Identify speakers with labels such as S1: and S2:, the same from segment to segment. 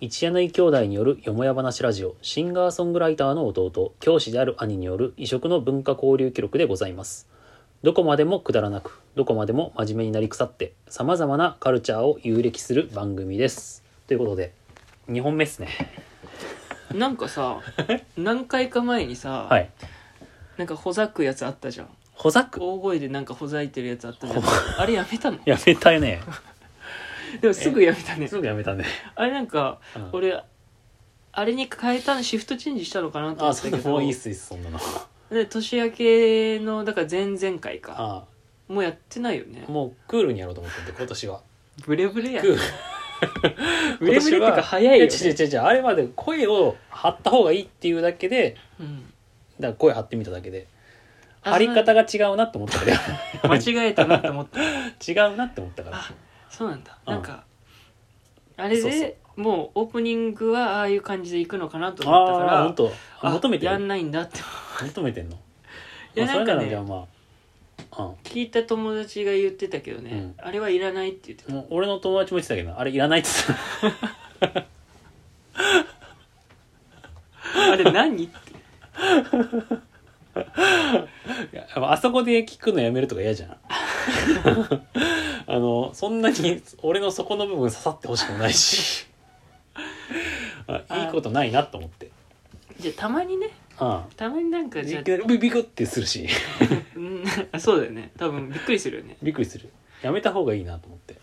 S1: 一柳兄弟によるよもや話ラジオシンガーソングライターの弟教師である兄による異色の文化交流記録でございますどこまでもくだらなくどこまでも真面目になり腐ってさまざまなカルチャーを遊歴する番組ですということで2本目ですね
S2: なん かさ何回か前にさ、
S1: はい
S2: なんかほざくやつあったじゃん
S1: ほざく
S2: 大声でなんかほざいてるやつあったじゃん
S1: ほ
S2: あれやめたの
S1: やめたよね
S2: でもすぐやめたね
S1: すぐやめたね、
S2: あれなんか
S1: うん
S2: 俺あれに変えたのシフトチェンジしたのかなと思
S1: あ
S2: っ
S1: そ
S2: た
S1: ん
S2: け
S1: な
S2: ど
S1: もういいっすいいっすそんなの
S2: で年明けのだから前々回か
S1: あ
S2: もうやってないよね
S1: あもうクールにやろうと思ってんで今年は
S2: ブレブレ や
S1: クール
S2: ブレブレってか早いよ、ね
S1: や違う違う違うあれまで声を張った方がいいっていうだけで
S2: うん、
S1: だから声張ってみただけで
S2: あ
S1: 張り方が違うなって思ったから
S2: そう間違えたなと思った
S1: 違うなって思ったから
S2: あそうなんだ
S1: うん
S2: なんかあれで
S1: そうそう
S2: もうオープニングはああいう感じでいくのかなと思ったか
S1: ああ
S2: ら
S1: 本当あ
S2: あ
S1: 求めて
S2: や
S1: る
S2: んないんだって
S1: 求めてんの
S2: いや
S1: まあそれなら
S2: なんかね
S1: じゃあまあ
S2: 聞いた友達が言ってたけどね、あれはいらないって言って
S1: う
S2: た
S1: んもう俺の友達も言ってたけどあれいらないって言 って
S2: あれ何って
S1: たいやあそこで聞くのやめるとか嫌じゃん あのそんなに俺の底の部分刺さってほしくもない しあいいことないなと思って
S2: じゃあたまにね
S1: うん
S2: たまになんかじゃ
S1: いきなりビビクってするし
S2: あうん あそうだよね多分びっくりするよね
S1: びっくりするやめた方がいいなと思って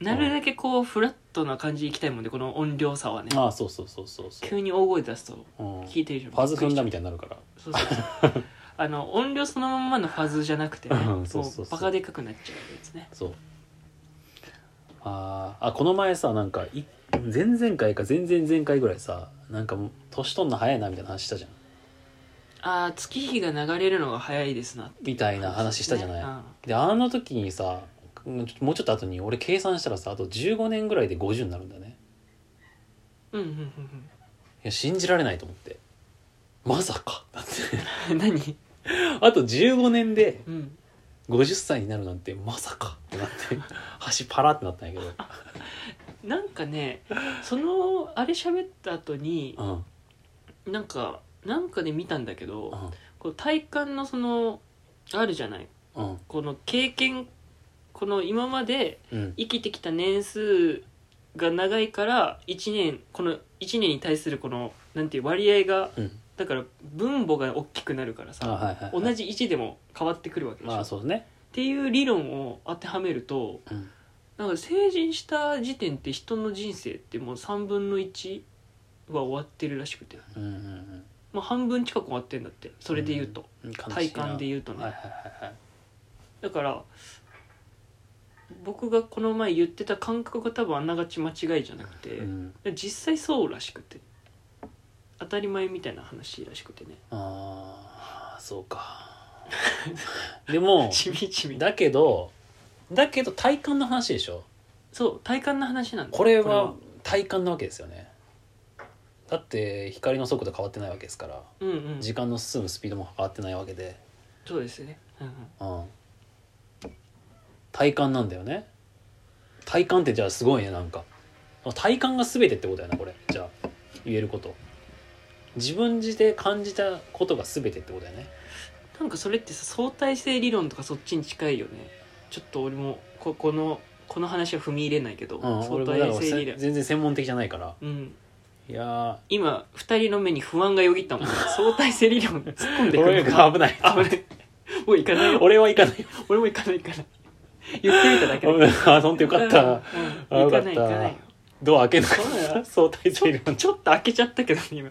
S2: なるだけこうフラットな感じでいきたいもんでこの音量差はね
S1: ああそうそうそうそうそう、
S2: 急に大声出すと
S1: うん、
S2: 聞いてるじゃん
S1: パズ踏んだみ
S2: たい
S1: たいになるから
S2: そうそうそうあの音量そのまんまのファズじゃなくてね、
S1: うん
S2: も
S1: そうそうそう
S2: バカでかくなっちゃうやつね
S1: そうあーあこの前さなんかい前々回か前々前回ぐらいさなんかもう年取んの早いなみたいな話したじゃん
S2: ああ月日が流れるのが早いですな
S1: みたいな話したじゃない、
S2: ね
S1: であの時にさうんもうちょっと後に俺計算したらさあと15年ぐらいで50になるんだね
S2: うんうんうん
S1: いや信じられないと思ってまさかだって
S2: うんうん 何
S1: あと15年で
S2: うん
S1: 50歳になるなんてまさかってなって 橋パラってなったんやけ
S2: なんかねそのあれ喋った後に
S1: ど、うん
S2: なんかなんかで見たんだけど
S1: う
S2: こう体感のそのあるじゃない
S1: んうん
S2: この経験この今まで
S1: うん
S2: 生きてきた年数が長いから1年この1年に対するこのなんていう割合が
S1: うん
S2: だから分母が大きくなるから
S1: あ
S2: さ
S1: はいはいはい
S2: 同じ1でも変わってくるわけでしょ、
S1: まあ
S2: っ
S1: そうですね、
S2: ていう理論を当てはめると
S1: うん、
S2: なんか成人した時点って人の人生ってもう3分の1は終わってるらしくて
S1: うんうん
S2: もう半分近く終わってんだってそれで言うと、
S1: うん
S2: 体感で言うとね、
S1: はいはいはいはい
S2: だから僕がこの前言ってた感覚が多分あながち間違いじゃなくて、
S1: うん
S2: 実際そうらしくて当たり前みたいな話らしくてね
S1: ああそう かでも
S2: ちみちみ
S1: だけどだけど体感の話でしょ
S2: そう体感の話なんだ
S1: これは体感なわけですよねだって光の速度変わってないわけですから
S2: これはうんうん
S1: 時間の進むスピードも変わってないわけで、
S2: そうですね、うんうん
S1: うん、体感なんだよね体感ってじゃあすごいねなんか体感が全てってことやなこれじゃあ言えること自分自で感じたことが全てってことやね
S2: なんかそれってさ相対性理論とかそっちに近いよねちょっと俺もここのこの話は踏み入れないけど、
S1: うん
S2: 相
S1: 俺もだか
S2: 対
S1: ら
S2: 性理
S1: せ
S2: 論、
S1: 全然専門的じゃないから
S2: うん、
S1: いや
S2: 今二人の目に不安がよぎっ たもん相対性理論突っ込ん
S1: ー
S2: でく
S1: 俺
S2: る
S1: が危 ない
S2: あ俺もう行かないよ
S1: 俺は行か ない
S2: 俺も行かないから言ってみただけだ
S1: 俺は遊んでよかった
S2: うんうん行かな
S1: あよかった
S2: い行かないよ
S1: ドア開け
S2: そうだ
S1: な
S2: よ
S1: い相対
S2: ち
S1: 性
S2: ょ
S1: 理論
S2: ちょっと開けちゃったけどね今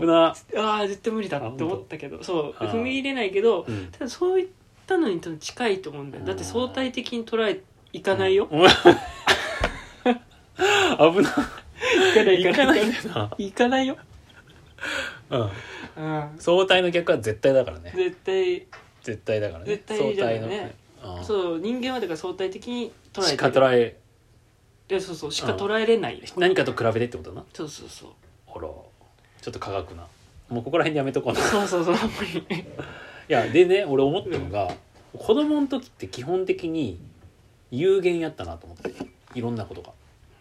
S1: 危な、
S2: ああ絶対無理だって思ったけどそう
S1: あー
S2: 踏み入れないけど
S1: うん、
S2: ただそういったのに多分近いと思うんだよだって相対的に捉えいかないよ
S1: うん 危ない
S2: 行かな
S1: 行かないん
S2: い行か
S1: だよな
S2: 行かないよ、
S1: うん
S2: うん、
S1: 相対の逆は絶対だからね
S2: 絶対
S1: 絶対だからね
S2: 絶対じゃないね
S1: 相対の、うん、
S2: そう人間はだから相対的に捉えて
S1: し
S2: る
S1: か捉え
S2: でそうそうしか捉えれない、
S1: 何かと比べてってことな
S2: そうそうそう
S1: ほらちょっと科学なもうここら辺でやめとこうな い
S2: そうそうそうあんまり
S1: やでね俺思ったのが、子供の時って基本的に有限やったなと思っていろんなことが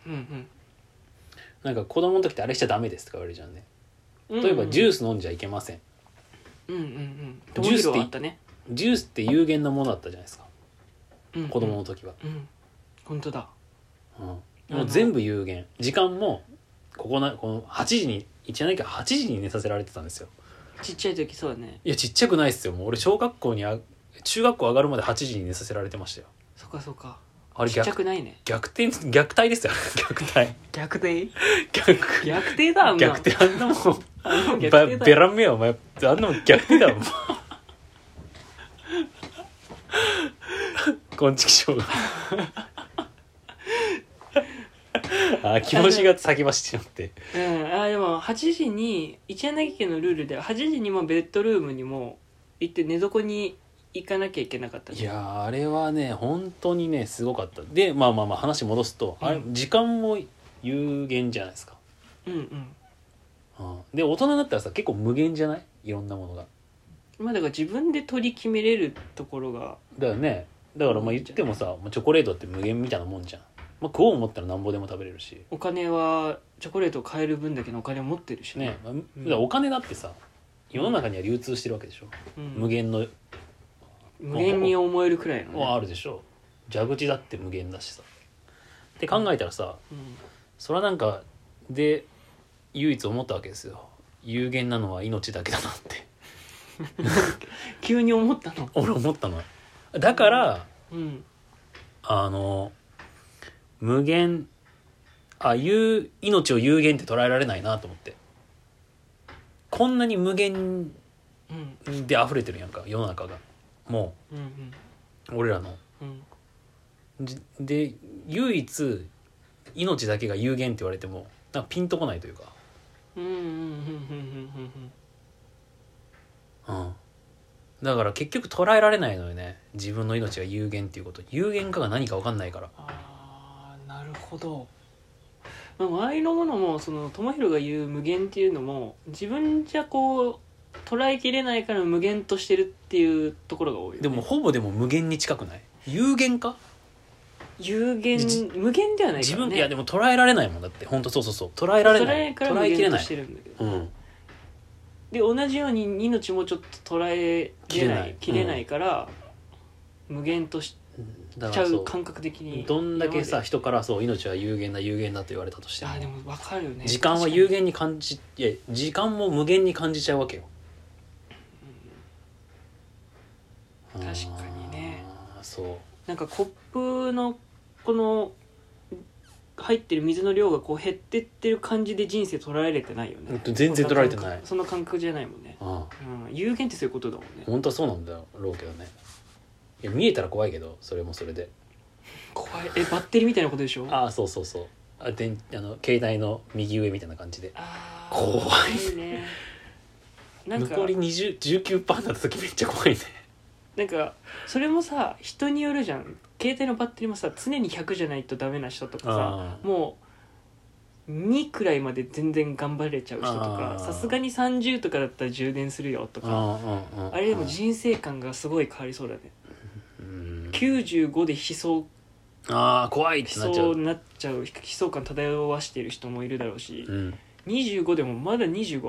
S2: うんうん
S1: なんか子供の時ってあれしちゃダメですとか言われるじゃんね
S2: うん
S1: 例えばジュース飲んじゃいけません
S2: うんうんうん
S1: ジュ
S2: ジュ
S1: ー
S2: ー
S1: ス
S2: ス
S1: って
S2: あったね、
S1: ジュースって有限なものだったじゃないですか
S2: うんうん
S1: 子供の時は、
S2: うん本当だ
S1: うん、もう全部有限時間もここなこの8時に一夜なきゃ8時に寝させられてたんですよ
S2: ちっちゃい時そうだね
S1: いやちっちゃくないっすよもう俺小学校にあ中学校上がるまで8時に寝させられてましたよ
S2: そっかそっか
S1: あれ
S2: ちっちゃ
S1: 逆
S2: くないね
S1: 逆転虐待ですよ 虐待
S2: 逆転
S1: 逆
S2: 逆転だあんな
S1: 逆転あんなもん
S2: あんなもん逆
S1: ば
S2: 転だ
S1: ベランめはお前あんなもん逆転だもん こんちきしょうがあー気持ちが先走ってなって
S2: うんあでも8時に一柳家のルールでは8時にもベッドルームにも行って寝床に行かなきゃいけなかったね
S1: いやーあれはね本当にねすごかったでまあまあまあ話戻すと、あれ
S2: うん
S1: 時間も有限じゃないですか、
S2: うんうん
S1: うん、で大人になったらさ結構無限じゃないいろんなものが
S2: まあだから自分で取り決めれるところが
S1: だよねだからまあ言ってもさもうチョコレートって無限みたいなもんじゃん、まあ、食おう思ったらなんぼでも食べれるし
S2: お金はチョコレートを買える分だけのお金を持ってるし
S1: ね、まあ
S2: ん
S1: だからお金だってさ世の中には流通してるわけでしょ、
S2: うん
S1: 無限の
S2: 無限に思えるくらいの、
S1: はあ
S2: ね
S1: るでしょ蛇口だって無限だしさって考えたらさ、
S2: うん、
S1: それはなんかで唯一思ったわけですよ有限なのは命だけだなって
S2: 急に思ったの、
S1: 俺思ったのだから
S2: うん、
S1: あの無限あ有命を有限って捉えられないなと思ってこんなに無限
S2: うん
S1: で溢れてるやんか世の中がも
S2: うんうん
S1: う俺らの
S2: うん
S1: じで唯一命だけが有限って言われてもなんかピンとこないというか
S2: うんうんうんうん
S1: うん、だから結局捉えられないのよね自分の命が有限っていうこと有限かが何か分かんないから
S2: ああなるほど、まあ、周りのものもその友弘が言う無限っていうのも自分じゃこう捉えきれないから無限としてるっていうところが多いよね、
S1: でもほぼでも無限に近くない有限か
S2: 有限
S1: じ
S2: 無限ではないか
S1: 自
S2: ら、ね、
S1: 分いやで
S2: で
S1: も捉えられないもんだって本当そうそうそう捉えられ
S2: 捉
S1: な
S2: え
S1: い
S2: から
S1: 捉
S2: 無
S1: えきれ
S2: 限と
S1: な
S2: し
S1: い
S2: てるんだけど、
S1: うん
S2: で同じように命もちょっと捉え
S1: 切れ
S2: れ
S1: な
S2: ないい切れないから、無限とし
S1: だ
S2: ち
S1: か
S2: ゃ
S1: らそうう
S2: 感覚的に
S1: どんだけさ
S2: 今
S1: 人からそう命は有限だ有限だと言われたとしても
S2: まであーでも分かるよね
S1: 時間は有限に感じいや時間も無限に感じちゃうわけよ
S2: うん確かにね
S1: うんそう
S2: なんかコップのこの入ってる水の量がこう減ってってる感じで人生捉えれてないよ
S1: ほん
S2: ね
S1: と全然捉えてない
S2: そんな感覚じゃないもんね、
S1: うん
S2: うん、有限ってそういうことだもんね
S1: 本当はそうなんだろうけどねいや見えたら怖いけどそれもそれで
S2: 怖いえバッテリーみたいなことでしょ
S1: ああそうそうそうあであの携帯の右上みたいな感じで
S2: あー
S1: 怖い
S2: ねなんか
S1: 残り20 19%だった時めっちゃ怖いね
S2: なんかそれもさ人によるじゃん携帯のバッテリーもさ常に100じゃないとダメな人とかさ
S1: あー
S2: もう2くらいまで全然頑張れちゃう人とか
S1: あー
S2: さすがに30とかだったら充電するよと
S1: う
S2: か
S1: んうんうん
S2: あれでも人生観がすごい変わりそうだね
S1: うん
S2: 95で悲壮
S1: ああ怖いっ
S2: 悲
S1: てなっちゃう
S2: 壮になっちゃう悲壮感漂わしてる人もいるだろうし
S1: うん
S2: 25でもまだ254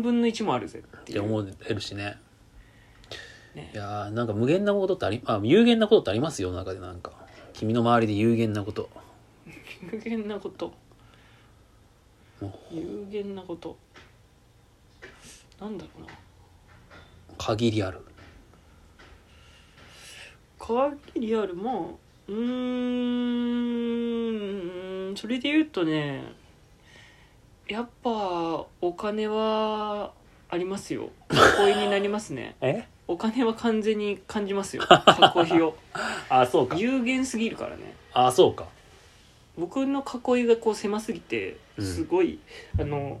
S2: 分の1もあるぜって
S1: っ
S2: い
S1: て
S2: う
S1: 思えるしね
S2: ね
S1: いやーなんか無限なことってありあ有限なことってありますよ世の中でなんか君の周りで有限なこと
S2: 有限なこと
S1: も
S2: 有限なことなんだろうな
S1: う限りある
S2: 限りあるもうーんそれで言うとねやっぱお金はありま すよ囲いになりますね
S1: え
S2: お金は完全に感 じますよ囲いを
S1: あそうか
S2: 有限すぎるからね
S1: あそうか
S2: 僕の囲いがこう狭すぎて
S1: うん
S2: すごい、あの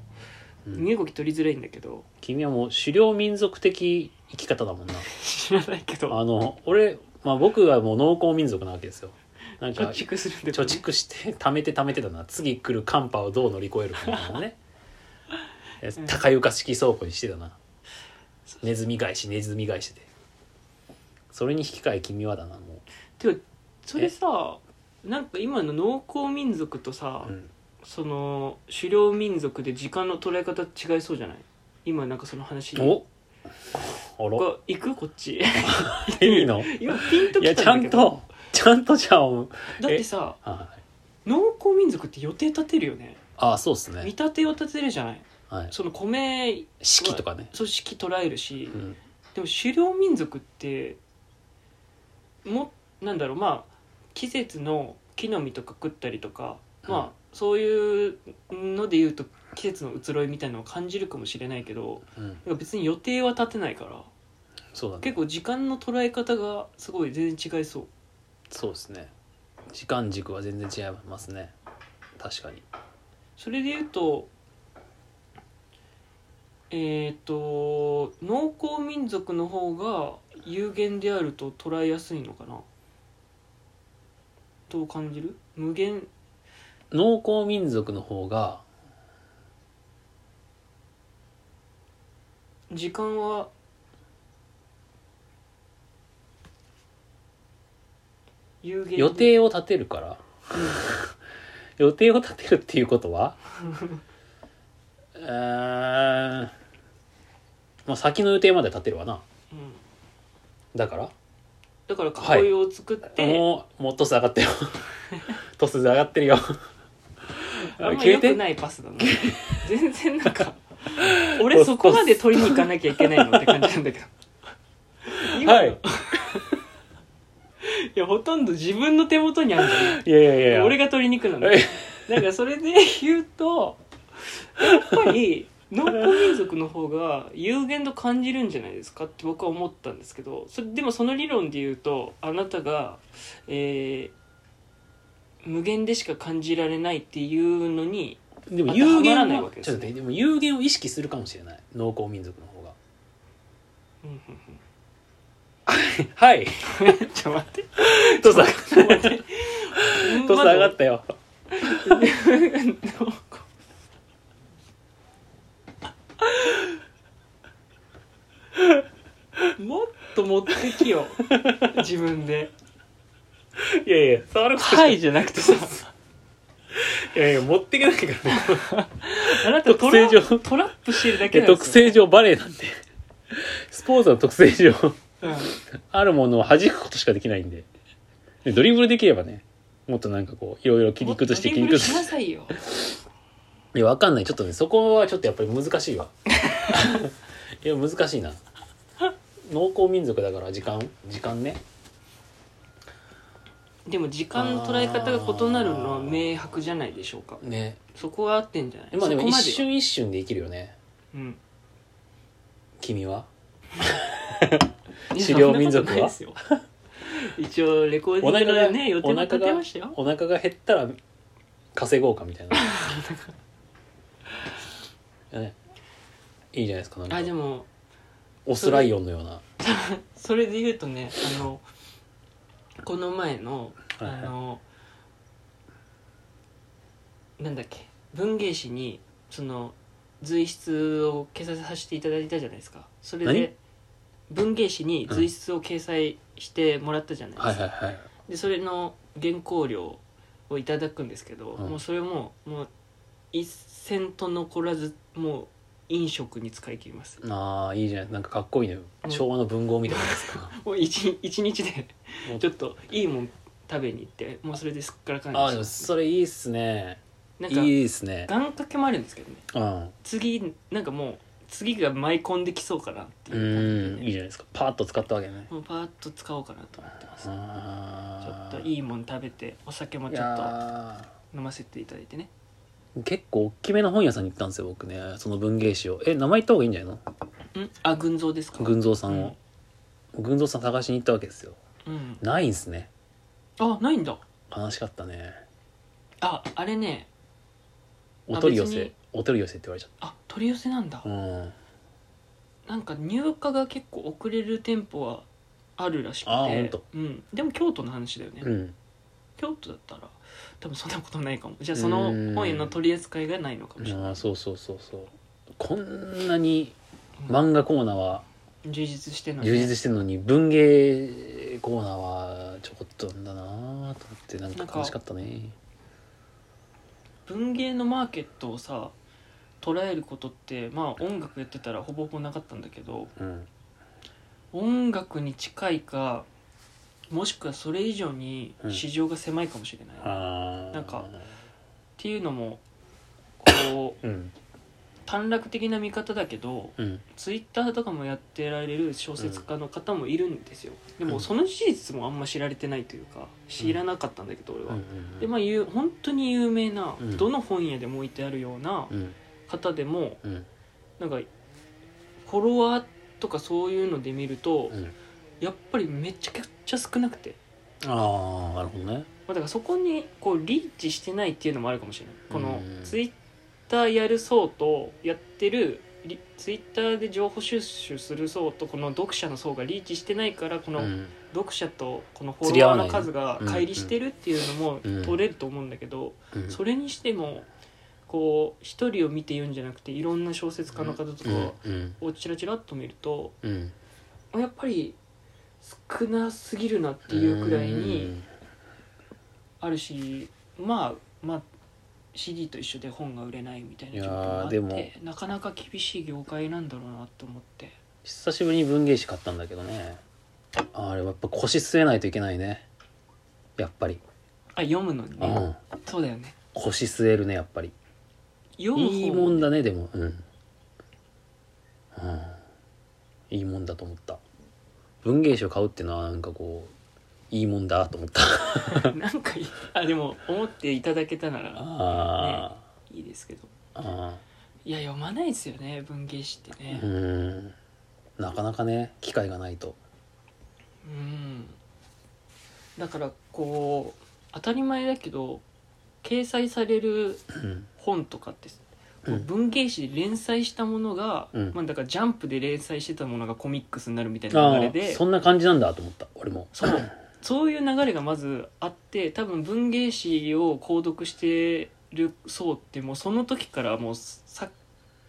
S1: うん
S2: 身動き取りづらいんだけど
S1: 君はもう狩猟民族的生き方だもんな
S2: 知らないけど
S1: あの俺、まあ、僕はもう農耕民族なわけですよなんか
S2: 貯
S1: 貯
S2: 蓄するんだよね
S1: 蓄して貯めて貯めてだな次来る寒波をどう乗り越えるかみたいなねえ
S2: うん
S1: 高床式倉庫にしてたなネズミ返しネズミ返しでそれに引き換え君はだなも
S2: てかそれさなんか今の農耕民族とさ、
S1: う、うん
S2: その狩猟民族で時間の捉え方違いそうじゃない今なんかその話に
S1: おあら
S2: が行くこっち
S1: いいの
S2: 今ピンと
S1: い
S2: き
S1: やちゃ
S2: たん
S1: ん
S2: だけど
S1: とちゃんとじゃあ、うん
S2: だってさ
S1: はい、
S2: 農耕民族って予定立てるよね
S1: あそうです
S2: 見
S1: ね、
S2: 立てを立てるじゃない
S1: はい、
S2: その米
S1: 四季とかね、
S2: 組織捉えるし
S1: うん、
S2: でも狩猟民族ってもなんだろうまあ季節の木の実とか食ったりとか、
S1: うん
S2: まあそういうので言うと季節の移ろいみたいなのを感じるかもしれないけど
S1: うん、
S2: なんか別に予定は立てないから
S1: そうだね
S2: 結構時間の捉え方がすごい全然違いそう
S1: そうですね時間軸は全然違いますね確かに
S2: それで言うとえっ、と農耕民族の方が有限であると捉えやすいのかなどう感じる無限
S1: 農耕民族の方が
S2: 時間は有限で
S1: 予定を立てるから予定を立てるっていうことはうーんまあ先の予定まで立てるわな
S2: うん、うん
S1: だから
S2: だから囲いを作って、
S1: もうもうトス上がってるよトス上がってるよ
S2: あんま
S1: 消え
S2: 良
S1: て
S2: くないパス だな全然なんか俺そこまで取りに行かなきゃいけないのって感じなんだけど今の
S1: はい
S2: いやほとんど自分の手元にあるじゃ
S1: いやいやいやい
S2: ん
S1: や
S2: 俺が鶏肉なんだ
S1: え
S2: だからそれで言うとやっぱり農耕民族の方が有限と感じるんじゃないですかって僕は思ったんですけどそれでもその理論で言うとあなたが、えー無限でしか感じられないっていうのに
S1: でも
S2: 当て
S1: 有
S2: はまら
S1: 限
S2: ない
S1: を
S2: わけで
S1: ちょっ
S2: す
S1: と待っ
S2: ね
S1: てでも有限を意識するかもしれない農耕民族の方が
S2: うんうん
S1: はい
S2: うんちょっと待って
S1: トス上が
S2: ちょっと待って
S1: トス上がったよ
S2: 農耕もっと持ってきよ自分で
S1: いやいや触ることしか
S2: はいじゃなくてさ
S1: いやいや持っていけないからね
S2: あなたト
S1: 特
S2: ラ
S1: 性上
S2: トラップしてるだ
S1: い
S2: け
S1: や
S2: なんで
S1: 特
S2: すよ
S1: 性上バレエなんでスポーツの特性上
S2: うん
S1: あるものを弾くことしかできないんででドリブルできればねもっとなんかこういろいろ切り崩して切り崩
S2: もっとドリブ
S1: し
S2: ルしなさいよ
S1: ていやわかんないちょっとねそこはちょっとやっぱり難しいわ いや難しいな農耕民族だから時間時間ね
S2: でも時間の捉え方が異なるのは明白じゃないでしょうか
S1: ね
S2: そこは合ってんじゃない
S1: まあでも
S2: そこ
S1: 一
S2: までは
S1: 瞬一瞬で生きるよね
S2: うん
S1: 君はい
S2: や
S1: 狩猟民族は
S2: そんなことないですよ 一応レコーディングでね予定も立てましたよ
S1: お腹が減ったら稼ごうかみ たいな、ね、いいじゃないですかなんか
S2: あでも
S1: オスライオンのような
S2: それで言うとねあのこの前のあ
S1: はいは
S2: のなんだっけ文芸誌にその随筆を掲載させていただいたじゃないですかそれで文芸誌に随筆を掲載してもらったじゃないですか、
S1: いはいはいはい
S2: でそれの原稿料をいただくんですけど、
S1: うん
S2: もうそれももう一銭と残らずもう飲食に使い切ります
S1: ああいいじゃないなんかかっこいいね
S2: うん
S1: 昭和の文豪みたいなですか
S2: もう一一日で
S1: もう
S2: ちょっといいもん食べに行ってもうそれですっからかん
S1: ああで
S2: で
S1: も
S2: した
S1: それいいっすね
S2: なん
S1: い
S2: か
S1: いっすね
S2: 願掛けもあるんですけどね
S1: うん
S2: 次なんかもう次が舞い込んできそうかなって
S1: う
S2: いう感
S1: ん
S2: じ
S1: いいじゃないですかパーッと使ったわけね
S2: でもうパーッと使おうかなと思ってますちょ
S1: あ
S2: っ
S1: あ
S2: と
S1: い
S2: いいもん食べてお酒もちょっと
S1: や
S2: 飲ませていただいてね
S1: ー結構大きめな本屋さんに行ったんですよ僕ねその文芸誌をえ名前言った方がいいんじゃないの
S2: うんあ群像ですか
S1: 群像さんを、群像さん探しに行ったわけですよ
S2: うん
S1: ないんすね
S2: あないんだ
S1: 悲しかったね
S2: ああれね
S1: お取り寄
S2: あ別
S1: せ
S2: に
S1: お取り寄せって言われちゃっ
S2: あ取り寄せなんだ
S1: たうん
S2: なんか入荷が結構遅れる店舗はあるらしくて
S1: あほんと
S2: うん、でも京都の話だよね、
S1: うん
S2: 京都だったら多分そんなことないかもじゃあその本屋の取り扱いがないのかもしれ
S1: あ
S2: な
S1: あ
S2: い、
S1: そうそうそうそうこんなに
S2: うん
S1: 漫画コーナーは
S2: 充実してない、
S1: 充実してるのに文芸コーナーはちょこっとなんだなと思ってなんか悲しかったね
S2: 文芸のマーケットをさ捉えることってまあ音楽やってたらほぼほぼなかったんだけど
S1: うん
S2: 音楽に近いかもしくはそれ以上に市場が狭いかもしれない、っ
S1: あー
S2: なんかていうのもこう
S1: うん
S2: 短絡的な見方だけど
S1: うん
S2: ツイッターとかもやってられる小説家の方もいるんですよ、で
S1: う
S2: も
S1: ん
S2: その事実もあんま知られてないというか知らなかったんだけど俺
S1: う
S2: は、
S1: んうん
S2: でまあ有本当に有名な、
S1: うん
S2: どの本屋でも置いてあるような
S1: うん
S2: 方でも
S1: うん
S2: なんかフォロワーとかそういうので見ると、
S1: うん
S2: やっぱりめちゃくちゃ少なくて、
S1: ああなるほどね
S2: まあ、だからそこにこうリーチしてないっていうのもあるかもしれないこの
S1: うん
S2: ツイッターやる層とやってるリツイッターで情報収集する層とこの読者の層がリーチしてないからこ
S1: う
S2: の
S1: ん
S2: 読者とこのフ
S1: 釣
S2: ォ
S1: り合
S2: ロワ
S1: わな
S2: ー
S1: い
S2: の数が
S1: うん
S2: 乖離してるっていうのも
S1: うん
S2: 取れると思うんだけど、
S1: うん
S2: それにしてもこう一人を見て言うんじゃなくていろんな小説家の方とか
S1: うん
S2: をちらちらっと見ると
S1: うん
S2: やっぱり少なすぎるなっていうくらいにあるしまあまあ CD と一緒で本が売れないみたいな状況があっ
S1: いやー
S2: てなかなか厳しい業界なんだろうなと思って
S1: 久しぶりに文芸誌買ったんだけどねあれはやっぱ腰据えないといけないねやっぱり、
S2: あ読むのに
S1: う
S2: ね
S1: ん、
S2: そうだよね
S1: 腰据えるねやっぱり
S2: 読む
S1: いいも
S2: 方
S1: んだねでもうん、うん、いいもんだと思った文芸誌を買うっていうのはなんかこういいもんだと思った
S2: なんかいいあでも思っていただけたなら、
S1: あ
S2: ね、いいですけど
S1: ーあ
S2: いや読まないですよね文芸誌ってね
S1: ーうーんなかなかね機会がないと
S2: うんだからこう当たり前だけど掲載され
S1: う
S2: る
S1: ん
S2: 本とかってこう
S1: うん
S2: 文芸誌で連載したものが、
S1: うん
S2: まあ、だからジャンプで連載してたものがコミックスになるみたい
S1: あ
S2: な流れ
S1: ー
S2: で
S1: そんな感じなんだと思った俺も
S2: そうそういう流れがまずあって多分文芸誌を購読してる層ってもうその時からもう作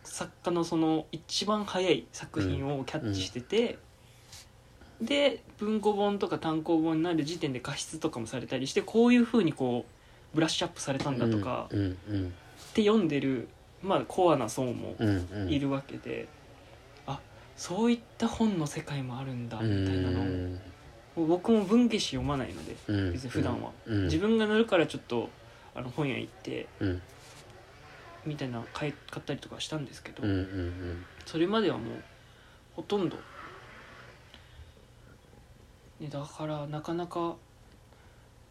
S2: 作家のその一番早い作品をキャッチしてて、で文庫本とか単行本になる時点で加筆とかもされたりしてこういうふうにこうブラッシュアップされたんだとか、
S1: うんうん
S2: って読んでる、まあ、コアな層も
S1: うんうんうん
S2: いるわけで、あそういった本の世界もあるんだ
S1: うん
S2: みたいなのをもう僕も文芸誌読まないので。
S1: うん
S2: 別に普段は
S1: うん
S2: 自分が乗るからちょっとあの本屋行って
S1: うん
S2: みたいな買い買ったりとかしたんですけど、
S1: うんうん
S2: それまではもうほとんど、ね、だからなかなか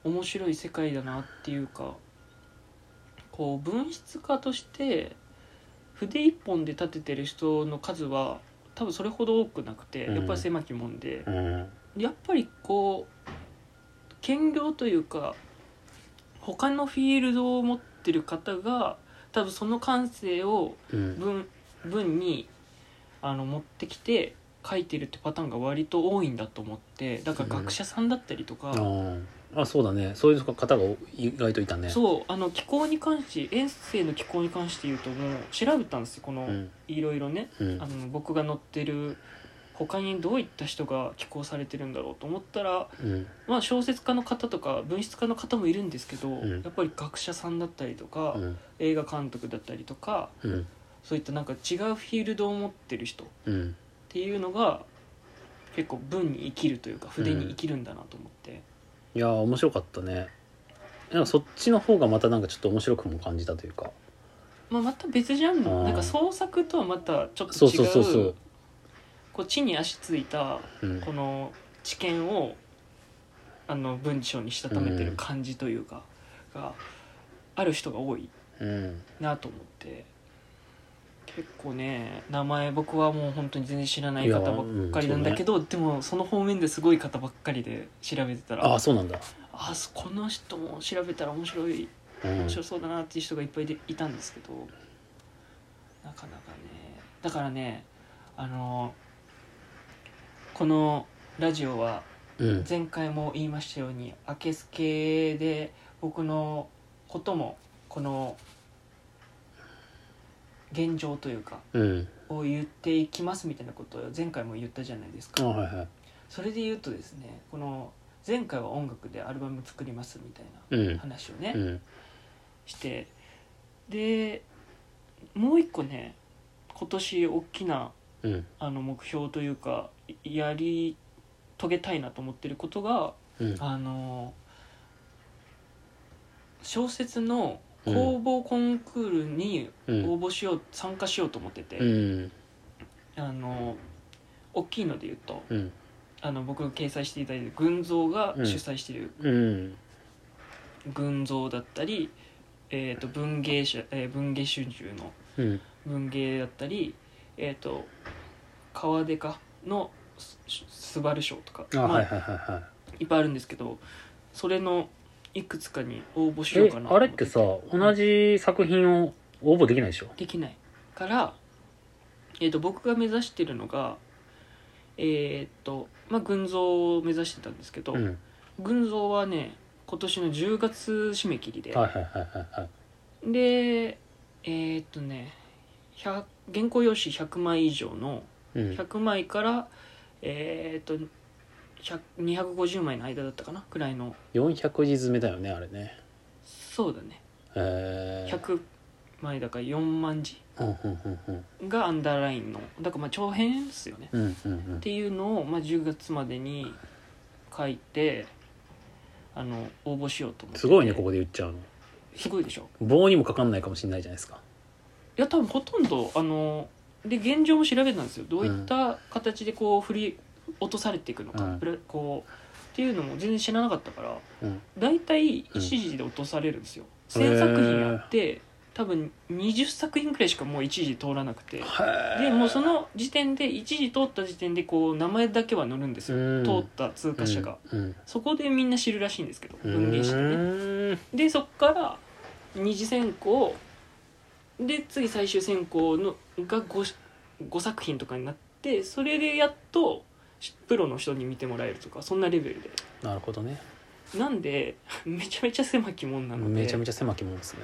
S2: 面白い世界だなっていうかこう文筆家として筆一本で立ててる人の数は多分それほど多くなくて
S1: うん
S2: やっぱり狭きもんで、
S1: うんうん
S2: やっぱりこう兼業というか他のフィールドを持ってる方が多分その感性を
S1: うん
S2: 文文にあの持ってきて書いてるってパターンが割と多いんだと思ってだから学者さんだったりとか、
S1: あーあそうだねそういう方が意外といたね
S2: そうあの気候に関しエッセイの気候に関して言うともう調べたんですよこの
S1: うん
S2: いろいろね
S1: うん
S2: あの僕が載ってる他にどういった人が寄稿されてるんだろうと思ったら
S1: うん
S2: まあ、小説家の方とか文筆家の方もいるんですけど、
S1: ん
S2: やっぱり学者さんだったりとか、
S1: うん
S2: 映画監督だったりとか
S1: うん
S2: そういったなんか違うフィールドを持ってる人っ
S1: うん
S2: ていうのが結構文に生きるというか筆に生きるんだなと思って、
S1: いやー面白かったねなんかそっちの方がまたなんかちょっと面白くも感じたというか
S2: まあ、また別ジャンル
S1: あー
S2: なんか創作とはまたちょっと
S1: そう
S2: 違
S1: そううそうそう
S2: こう地に足ついた
S1: うん
S2: この知見をあの文章にしたためてる感じというか、がある人が多い
S1: うん
S2: なと思って結構ね名前僕はもう本当に全然知らない
S1: いや
S2: 方ばっかりなんだけど、でもその方面ですごい方ばっかりで調べてたら
S1: ああ
S2: あ
S1: そうなんだ
S2: そこの人も調べたら面白い
S1: うん
S2: 面白そうだなっていう人がいっぱいでいたんですけどなかなかねだからねあのこのラジオは
S1: うん
S2: 前回も言いましたように明けすけで僕のこともこの現状というか
S1: うん
S2: を言っていきますみたいなことを前回も言ったじゃないです
S1: あ
S2: か、
S1: はいはい
S2: それで言うとですねこの前回は音楽でアルバム作りますみたい
S1: うん
S2: な話をね、
S1: うん
S2: してでもう一個ね今年大きな
S1: うん
S2: あの目標というかやり遂げたいなと思ってることが
S1: うん
S2: あの小説の公募コンクールに
S1: うん
S2: 応募しよう、参加しようと思ってて、
S1: うん
S2: あの大きいので言うと
S1: うん
S2: あの僕が掲載していただいてる群像が
S1: うん
S2: 主催している
S1: うん
S2: 群像だったり、えー、と文芸者、えー文芸春秋の
S1: うん
S2: 文芸だったり、えー、と川出かのすすばる賞とか
S1: あ
S2: まあ
S1: はいはいはいはい
S2: いっぱいあるんですけどそれのいくつかに応募しよう
S1: え
S2: かなと
S1: あ
S2: 思
S1: れっててさ同じ作品を応募できないでしょ
S2: できないから、えー、と僕が目指してるのがえっ、とまあ群像を目指してたんですけど、
S1: うん
S2: 群像はね今年の10月締め切りで、
S1: はいはいはいはいはい
S2: でえーっとね100原稿用紙100枚以上の
S1: うん
S2: 100枚からえーっと100 250枚の間だったかなくらいの
S1: 400字詰めだよねあれね
S2: そうだね
S1: へえ
S2: 100枚だから4万字
S1: うんうんうんうん
S2: がアンダーラインのだからまあ長編っすよね
S1: うんうん
S2: っていうのを、まあ、10月までに書いてあの応募しようと思って
S1: すごいねここで言っちゃうの
S2: すごいでしょ
S1: 棒にもかかんないかもしれないじゃないですか
S2: いや多分ほとんどあので現状も調べたんですよどういった形でこう振り落とされていくのか、
S1: うん
S2: プレこうっていうのも全然知らなかったから
S1: うん
S2: 大体
S1: うん
S2: 一時で落とされるんですよ、
S1: へ
S2: 1000
S1: ー
S2: 作品あって多分20作品くらいしかもう一時通らなくて
S1: へ
S2: でもうその時点で一時通った時点でこう名前だけは載るんですよ、
S1: うん
S2: 通った通過者が、
S1: うん
S2: そこでみんな知るらしいんですけど
S1: うん
S2: 文芸誌ってね
S1: うん
S2: でそっから二次選考で次最終選考のが 5, 5作品とかになってそれでやっとしプロの人に見てもらえるとかそんなレベルで
S1: なるほどね
S2: なんで めちゃめちゃ狭き門なので
S1: めちゃめちゃ狭きもんですね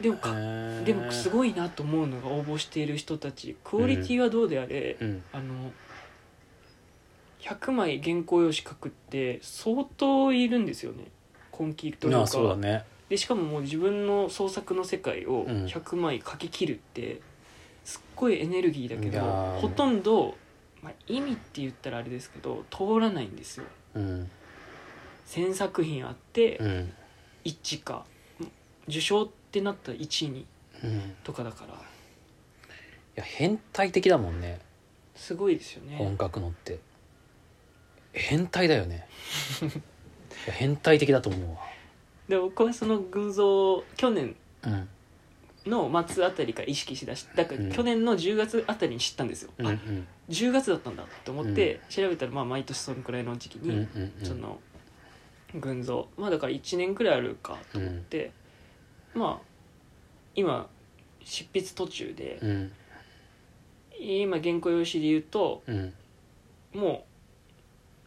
S2: でもか
S1: へえ
S2: でもすごいなと思うのが応募している人たちクオリティはどうであれ、
S1: うん
S2: あの100枚原稿用紙書くって相当いるんですよね根気という
S1: あ
S2: か
S1: あそうだね
S2: でしかももう自分の創作の世界を
S1: うん
S2: 100枚書き切るってすっごいエネルギーだけ
S1: い
S2: ど
S1: やー
S2: ほとんど、まあ、意味って言ったらあれですけど通らないんですよ
S1: うん
S2: 1,000作品あって
S1: うん
S2: 1か受賞ってなったら1位に
S1: うんい
S2: とかだから
S1: や変態的だもんね
S2: すごいですよね
S1: 音楽のって変態だよね いや変態的だと思うわ
S2: で僕はその群像を去年
S1: うん
S2: の末あたりから意識しだしだか
S1: うん
S2: ら去年の10月あたりに知ったんですよ、
S1: うんう
S2: あ
S1: ん
S2: 10月だったんだと思って調べたらまあ毎年そのくらいの時期
S1: うんう
S2: に
S1: んうん
S2: その群像まあだから1年くらいあるかと思って、まあ今執筆途中で、
S1: うん
S2: 今原稿用紙で言うと
S1: うん
S2: もう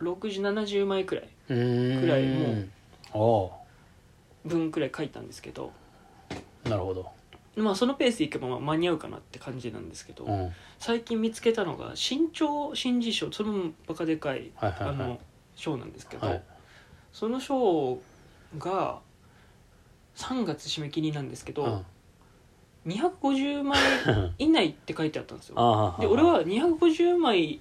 S2: 6070枚くらい
S1: く
S2: くらい
S1: も
S2: 分くらい書いたんですけど
S1: ああなるほど、
S2: まあそのペースでいけばまあ間に合うかなって感じなんですけど、
S1: うん、はい
S2: 最近見つけたのが新潮新人賞それもバカでかい
S1: はい
S2: あ
S1: は
S2: の賞なんですけど、
S1: いはい
S2: その賞が3月締め切りなんですけ ど、
S1: うん
S2: 250枚以内って書いてあったんですよ
S1: ああ
S2: で俺は250枚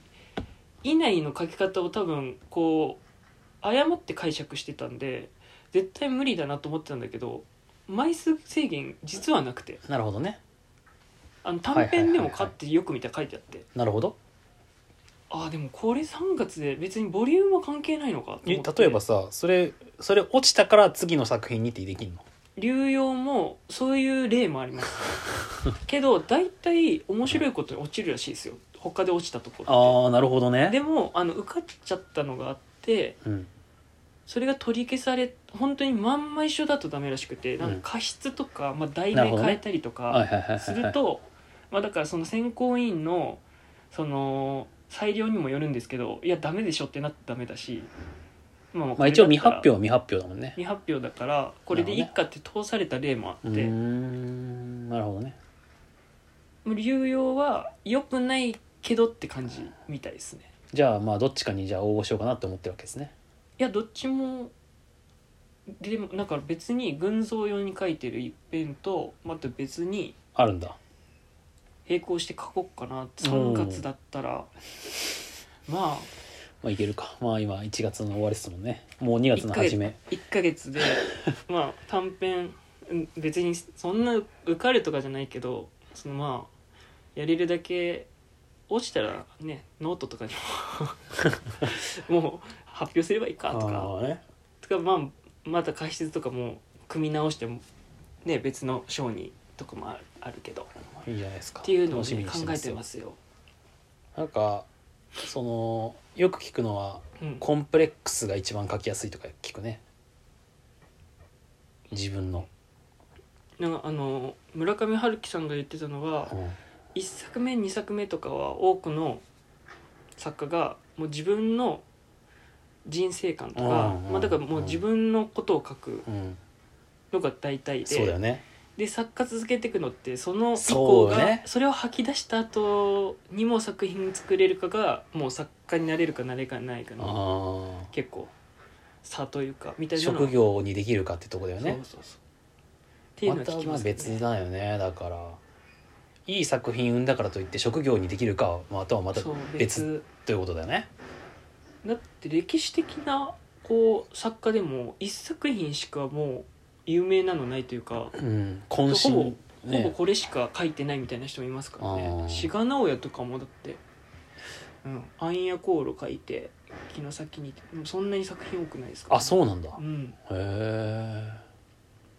S2: 以内の書き方を多分こう誤って解釈してたんで絶対無理だなと思ってたんだけど枚数制限実はなくて
S1: なるほどね
S2: あの短
S1: はいは
S2: 編でも
S1: いはいはい
S2: 買ってよく見たら書いてあって
S1: なるほど
S2: ああでもこれ3月で別にボリュームは関係ないのかと
S1: え
S2: 思って
S1: 例えばさそれそれ落ちたから次の作品にってできんの
S2: 流用もそういう例も ありますけど大体面白いことに落ちるらしいですよ他で落ちたところって
S1: ああなるほどね
S2: でもあの受かっちゃったのがあって
S1: うん
S2: それが取り消され本当にまんま一緒だとダメらしくてなん
S1: うん
S2: か過失とか、まあ、題
S1: なる
S2: 名
S1: ほどね
S2: 変えたりと
S1: はい
S2: か
S1: はいはいはいはい
S2: す ると、まあ、だからその選考委員のその裁量にもよるんですけどいやダメでしょってなったらダメだし、まあ
S1: まあ一応未
S2: これだ
S1: 発表
S2: ったら
S1: は未発表だもんね
S2: 未発表だからこれでいいかって通された例もあ
S1: う
S2: っ
S1: ー
S2: て。
S1: んなるほどね
S2: 流用は良くないけどって感じみたいですね
S1: じゃあまあどっちかにじゃあ応募しようかなって思ってるわけですね
S2: いやどっちもでもなんか別に群像用に書いてる一辺とまた別に
S1: あるんだ
S2: 並行して書こうかな
S1: おー
S2: 3月だったらまあ
S1: まあいけるかまあ今1月の終わりですもんねもう2月の初め
S2: 1ヶ 月でまあ短編うん別にそんな受かるとかじゃないけどそのまあやれるだけ落ちたらねノートとかに ももう発表すればいいか
S1: あ
S2: とか
S1: あね
S2: とか、まあ、また解説とかも組み直しても、ね、別の章にとかもあるあるけどっ
S1: いいじゃないですか
S2: ていうのを、
S1: 楽しみ
S2: ね、
S1: に
S2: 考
S1: して
S2: え
S1: ます
S2: て
S1: よ
S2: ますよ。
S1: なんかそのよく聞くのは
S2: うん、
S1: コンプレックスが一番書きやすいとか聞くね自分の、
S2: なんかあの村上春樹さんが言ってたのは
S1: うん
S2: 1作目2作目とかは多くの作家がもう自分の人生観と
S1: う
S2: か、
S1: んうん
S2: まあ、だからもう自分のことを書く
S1: うん、
S2: のが大体
S1: そうだよ
S2: で、
S1: ね
S2: で作家続けていくのってその以
S1: そ
S2: 降
S1: う
S2: がそ,、
S1: ね
S2: れを吐き出した後にも作品作れるかがもう作家になれるかなれかないかの
S1: あ
S2: 結構差というかみた
S1: あ
S2: いなの
S1: 職業にできるかってとこだよ
S2: そう
S1: ね
S2: そうそうっていう
S1: ま
S2: のは
S1: た
S2: 聞き
S1: ま
S2: ま
S1: あ
S2: すよね
S1: 別だよねだからいい作品生んだからといって職業にできるかはまたはまた
S2: そう
S1: 別ということだよね
S2: だって歴史的なこう作家でも一作品しかもう有名なのないというか、
S1: うん渾
S2: ほ
S1: 身
S2: ほぼ
S1: ね
S2: これしか書いてないみたいな人もいますから
S1: あ
S2: ね
S1: ー
S2: 志賀直哉とかもだって「うん、暗夜航路」書いて「木の先に」でもそんなに作品多くないですから、
S1: あそうなんだへ
S2: うん、
S1: え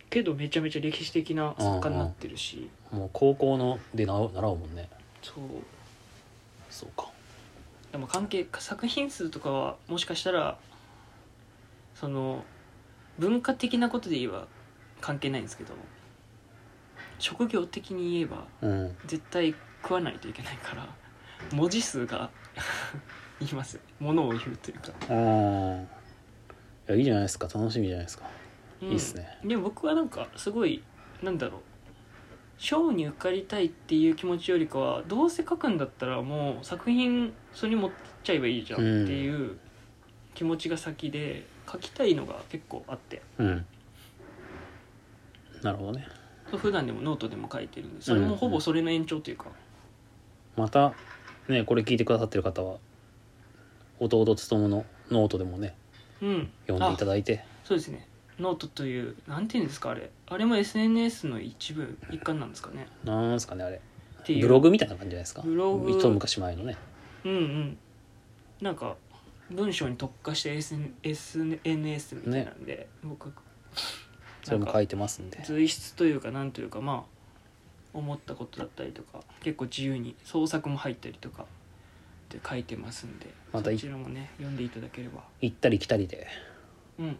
S2: けどめちゃめちゃ歴史的な作家になってるし、
S1: もう高校のでなお習うもんね
S2: そう
S1: そうか
S2: でも関係作品数とかはもしかしたらその文化的なことで言えば関係ないんですけど職業的に言えば
S1: うん
S2: 絶対食わないといけないから文字数が 言いますよものを言うというか、
S1: うんいやいいじゃないですか楽しみじゃないですか
S2: うん
S1: いいっすね
S2: でも僕はなんかすごいなんだろう賞に受かりたいっていう気持ちよりかはどうせ書くんだったらもう作品それに持ってっちゃえばいいじゃんっていう気持ちが先で書きたいのが結構あって
S1: うんなるほどね
S2: 普段でもノートでも書いてるんでそれもほぼそれの延長というか、
S1: またねこれ聞いてくださってる方は弟つとものノートでもね
S2: うん、
S1: 読んでいた
S2: あ
S1: だいて
S2: そうですねノートというなんていうんですかあれあれも SNS の一部一環なんですかね
S1: なんすかねあれ
S2: っていう
S1: ブログみたいな感じじゃないですか
S2: ブログ
S1: 一昔前のね
S2: うんうんなんか文章に特化した SN SNS みたいなんで、僕
S1: それも
S2: な
S1: 書
S2: んか
S1: いてますんで
S2: 随筆というかなんというかまあ思ったことだったりとか結構自由に創作も入ったりとかで書いてますんで
S1: またい
S2: そちらもね読んでいただければ
S1: 行ったり来たりで
S2: うん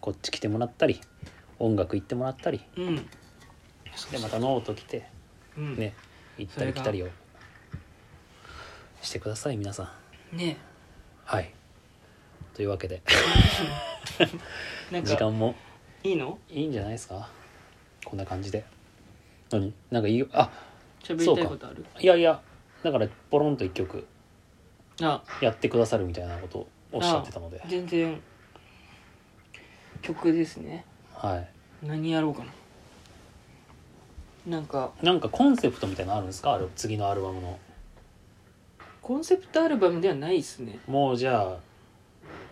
S1: こっち来てもらったり音楽行ってもらったり
S2: うん
S1: でまたノート来て
S2: うん
S1: ね行ったり来たりをしてください皆さん
S2: ね
S1: はいというわけで
S2: なん
S1: 時
S2: か
S1: 間も
S2: いいの
S1: いいんじゃないですかこんな感じで何なんかいいよあ
S2: 喋りたいことある
S1: いやいやだからポロンと一曲
S2: あ
S1: やってくださるみたいなことをおっしゃってたので
S2: 全然曲ですね
S1: は
S2: 何やろうかななんか
S1: いなんかコンセプトみたいなのあるんですかあれ次のアルバムの
S2: コンセプトアルバムではないですね
S1: もうじゃあ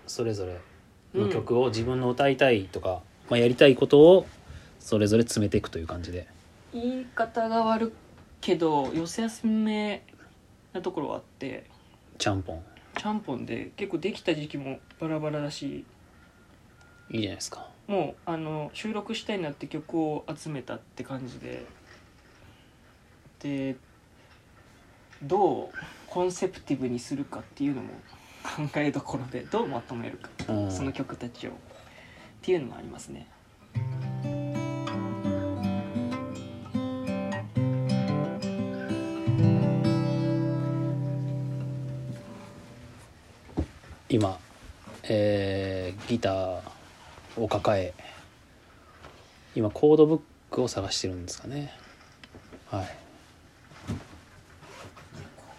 S1: それぞれの曲を自分の歌いたいとか、まあ、やりたいことをそれぞれ詰めていくという感じで
S2: 言い方が悪いけど寄せ集めなところはあって
S1: ちゃんぽん
S2: ちゃんぽんで結構できた時期もバラバラだし
S1: いいじゃないですか
S2: もうあの収録したいなって曲を集めたって感じででどうコンセプティブにするかっていうのも 考えどころでどうまとめるか
S1: うん
S2: その曲たちをっていうのもありますね。
S1: 今、えーギターを抱え今コードブックを探してるんですかねはい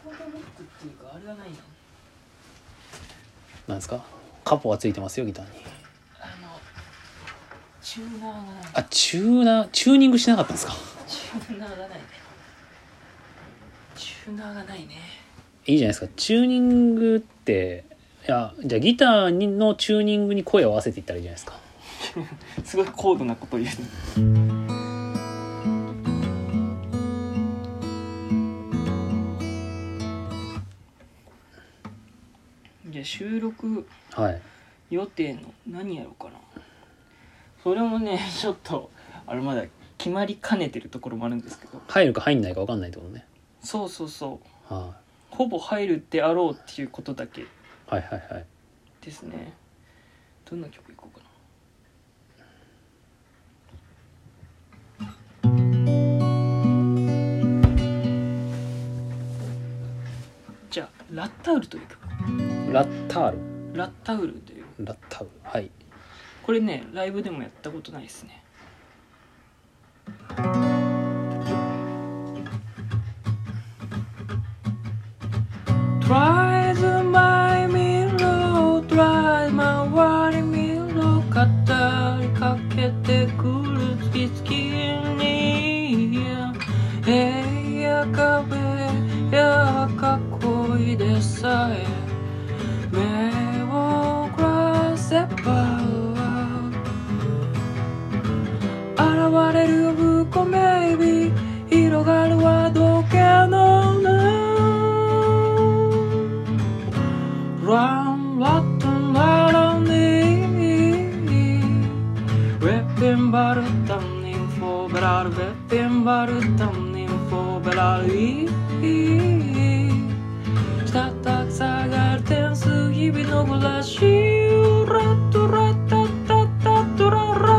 S2: コードブックっていうかあれがないの
S1: なんですかカポがついてますよギターに
S2: あの
S3: チューナーがない
S1: あチューナーチューニングしなかったんですか
S3: チューナーがないねチューナーがないね
S1: いいじゃないですかチューニングっていやじゃあギターにのチューニングに声を合わせていったらいいじゃないですか
S2: すごい高度なこと言うじゃあ収録
S1: はい
S2: 予定の何やろうかなそれもね ちょっとあれまだ決まりかねてるところもあるんですけど
S1: 入るか入んないか分かんないってことね、
S2: そうそうそう
S1: は
S2: ほぼ入るであろうっていうことだけ
S1: い、はいはいはい
S2: ですねどんな曲いこうかなじゃあ「ラッタウル」という曲
S1: ラッタール
S2: 「ラッタウル」という
S1: ラッタールはい
S2: これねライブでもやったことないですね「Try to buy me low try my worry me low 語りかけてくる月々に」「えや壁やか恋でさえ」目を凝らせば現れるブコメイビー広がるはどけのないランラッタンラランニーレッピンバルタンニンフォーベラルレッピンバルタンニンフォーベラルイーしたたくさがる点数日々の暮らしラットラッタッタッタットララ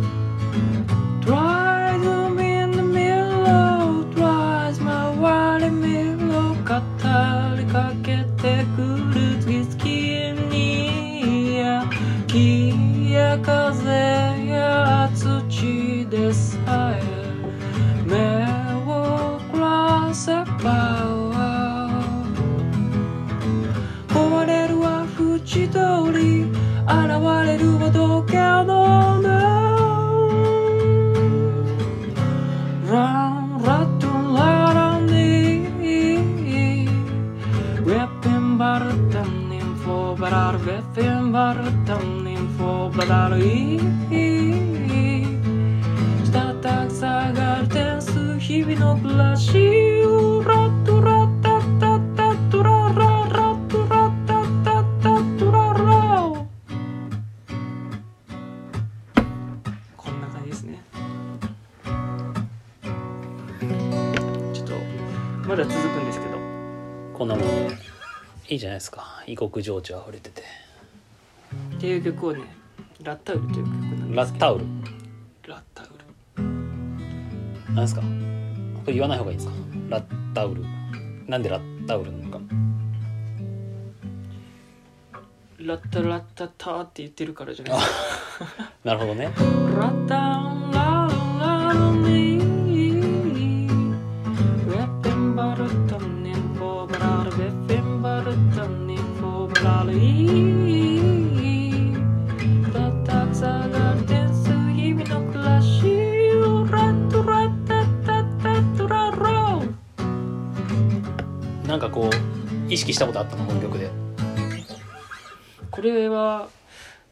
S2: 「Try to be in the middle Tries my worry middle 語りかけてくる月々に木や風や土でさえ目を凝らせば壊れるは縁取り現れるはどけのないランラットンラランニーウェッペンバルタンニンフォーバラルウェッペンバルタンニンフォーバラルイしたたく下がる点数日々の暮らしラットラッタッタッタットラララットラッタッタッタットララこんな感じですねちょっとまだ続くんですけど
S1: こんなもんでいいじゃないですか異国情緒あふれてて
S2: っていう曲をね「ラッタウル」という曲なんで
S1: ラ
S2: す
S1: ッ
S2: け
S1: タ
S2: ど
S1: ウル
S2: ラッタウル
S1: なんですかこれ言わない方がいいですかラッタウルなんでラッタウルなのか
S2: ラッタラッタタって言ってるからじゃないですか
S1: なるほどね
S2: ラッタンラララニーウェッペンバルタンニンフォーバラルウェッペンバルタンニンフォーバラルイーラッタクサガルテンス日々の暮らしラッタラッタタタトララ
S1: なんかこう意識したことあったのこの曲で
S2: これは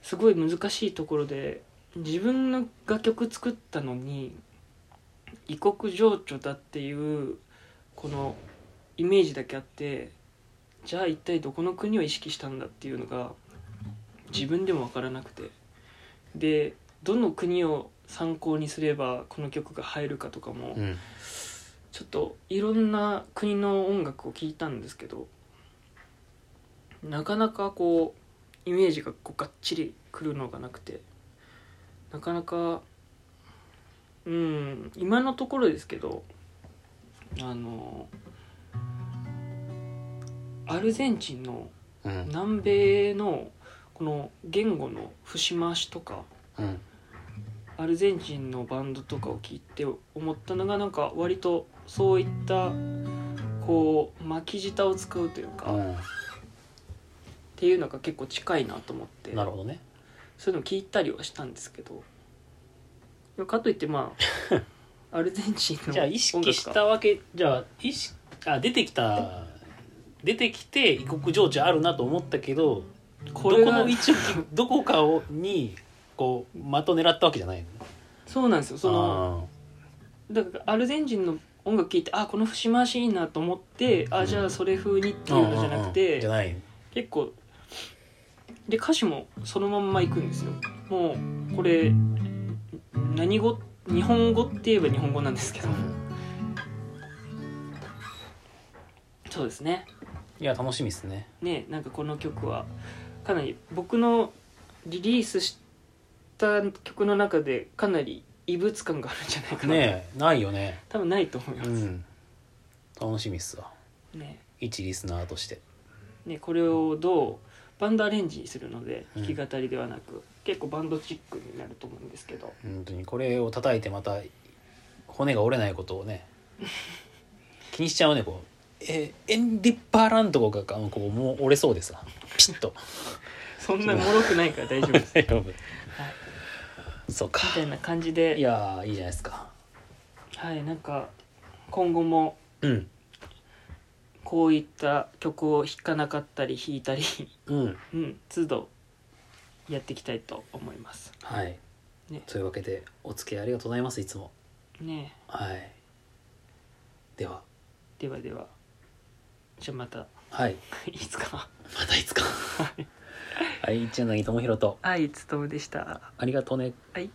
S2: すごい難しいところで自分の楽曲作ったのに異国情緒だっていうこのイメージだけあってじゃあ一体どこの国を意識したんだっていうのが自分でも分からなくてでどの国を参考にすればこの曲が入るかとかも
S1: うん
S2: ちょっといろんな国の音楽を聴いたんですけどなかなかこうイメージがこうがっちりくるのがなくてなかなかうん今のところですけどあのアルゼンチンの
S1: うん
S2: 南米のここの言語の節回しとか
S1: うん
S2: アルゼンチンのバンドとかを聞いて思ったのがなんか割とそういったこう巻き舌を使うというか、っ
S1: う
S2: ていうのが結構近いなと思って
S1: んなるほどね
S2: そういうのを聞いたりはしたんですけどかといってま あアルゼンチンの
S1: じゃあ意識し
S2: 音楽
S1: たわけじゃあ意識あ出てきた出てきて異国情緒あるなと思ったけどど
S2: がこ
S1: こ
S2: れが
S1: の位置をどこかをにこう的を狙ったわけじゃないのね
S2: そうなんですよそのだからアルゼンチンの音楽聴いてあこの節回しいいなと思って、
S1: う
S2: あ
S1: ん
S2: じゃあそれ風にって
S1: あ
S2: い
S1: ー
S2: うのじゃなくて、
S1: うんうんうんじゃない
S2: 結構で歌詞もそのまんまいくんですよもうこれ何語日本語って言えば日本語なんですけどそうですね
S1: いや楽しみですね
S2: ねなんかこの曲はかなり僕のリリースした曲の中でかなり異物感があるんじゃないかな、
S1: ねえないよね
S2: 多分ないと思いま
S1: う
S2: す、
S1: ん楽しみっすわ
S2: ね
S1: 一リスナーとして
S2: ね、これをどうバンドアレンジするので
S1: うん
S2: 弾き語りではなく、結構バンドチックになると思うんですけど
S1: 本当にこれを叩いてまた骨が折れないことを ね気にしちゃうねこうえエンディッパーランとかがこうもう折れそうでさピシッと
S2: そんなもろくないから大丈 夫です、
S1: 大丈夫
S2: はい、
S1: そうか
S2: みたいな感じ
S1: い
S2: で
S1: やーいいじゃないですか
S2: はいなんか今後も
S1: うん
S2: こういった曲を弾かなかったり弾いたり、
S1: うん
S2: うん、都度やっていきたいと思います
S1: はい、
S2: ね
S1: というわけでお付き合いありがとうございますいつも
S2: ね
S1: はいでは
S2: ではではじゃあまた
S1: はい
S2: いつか
S1: またいつかはい一柳智弘と
S2: はいつともでした
S1: ありがとうね
S2: はい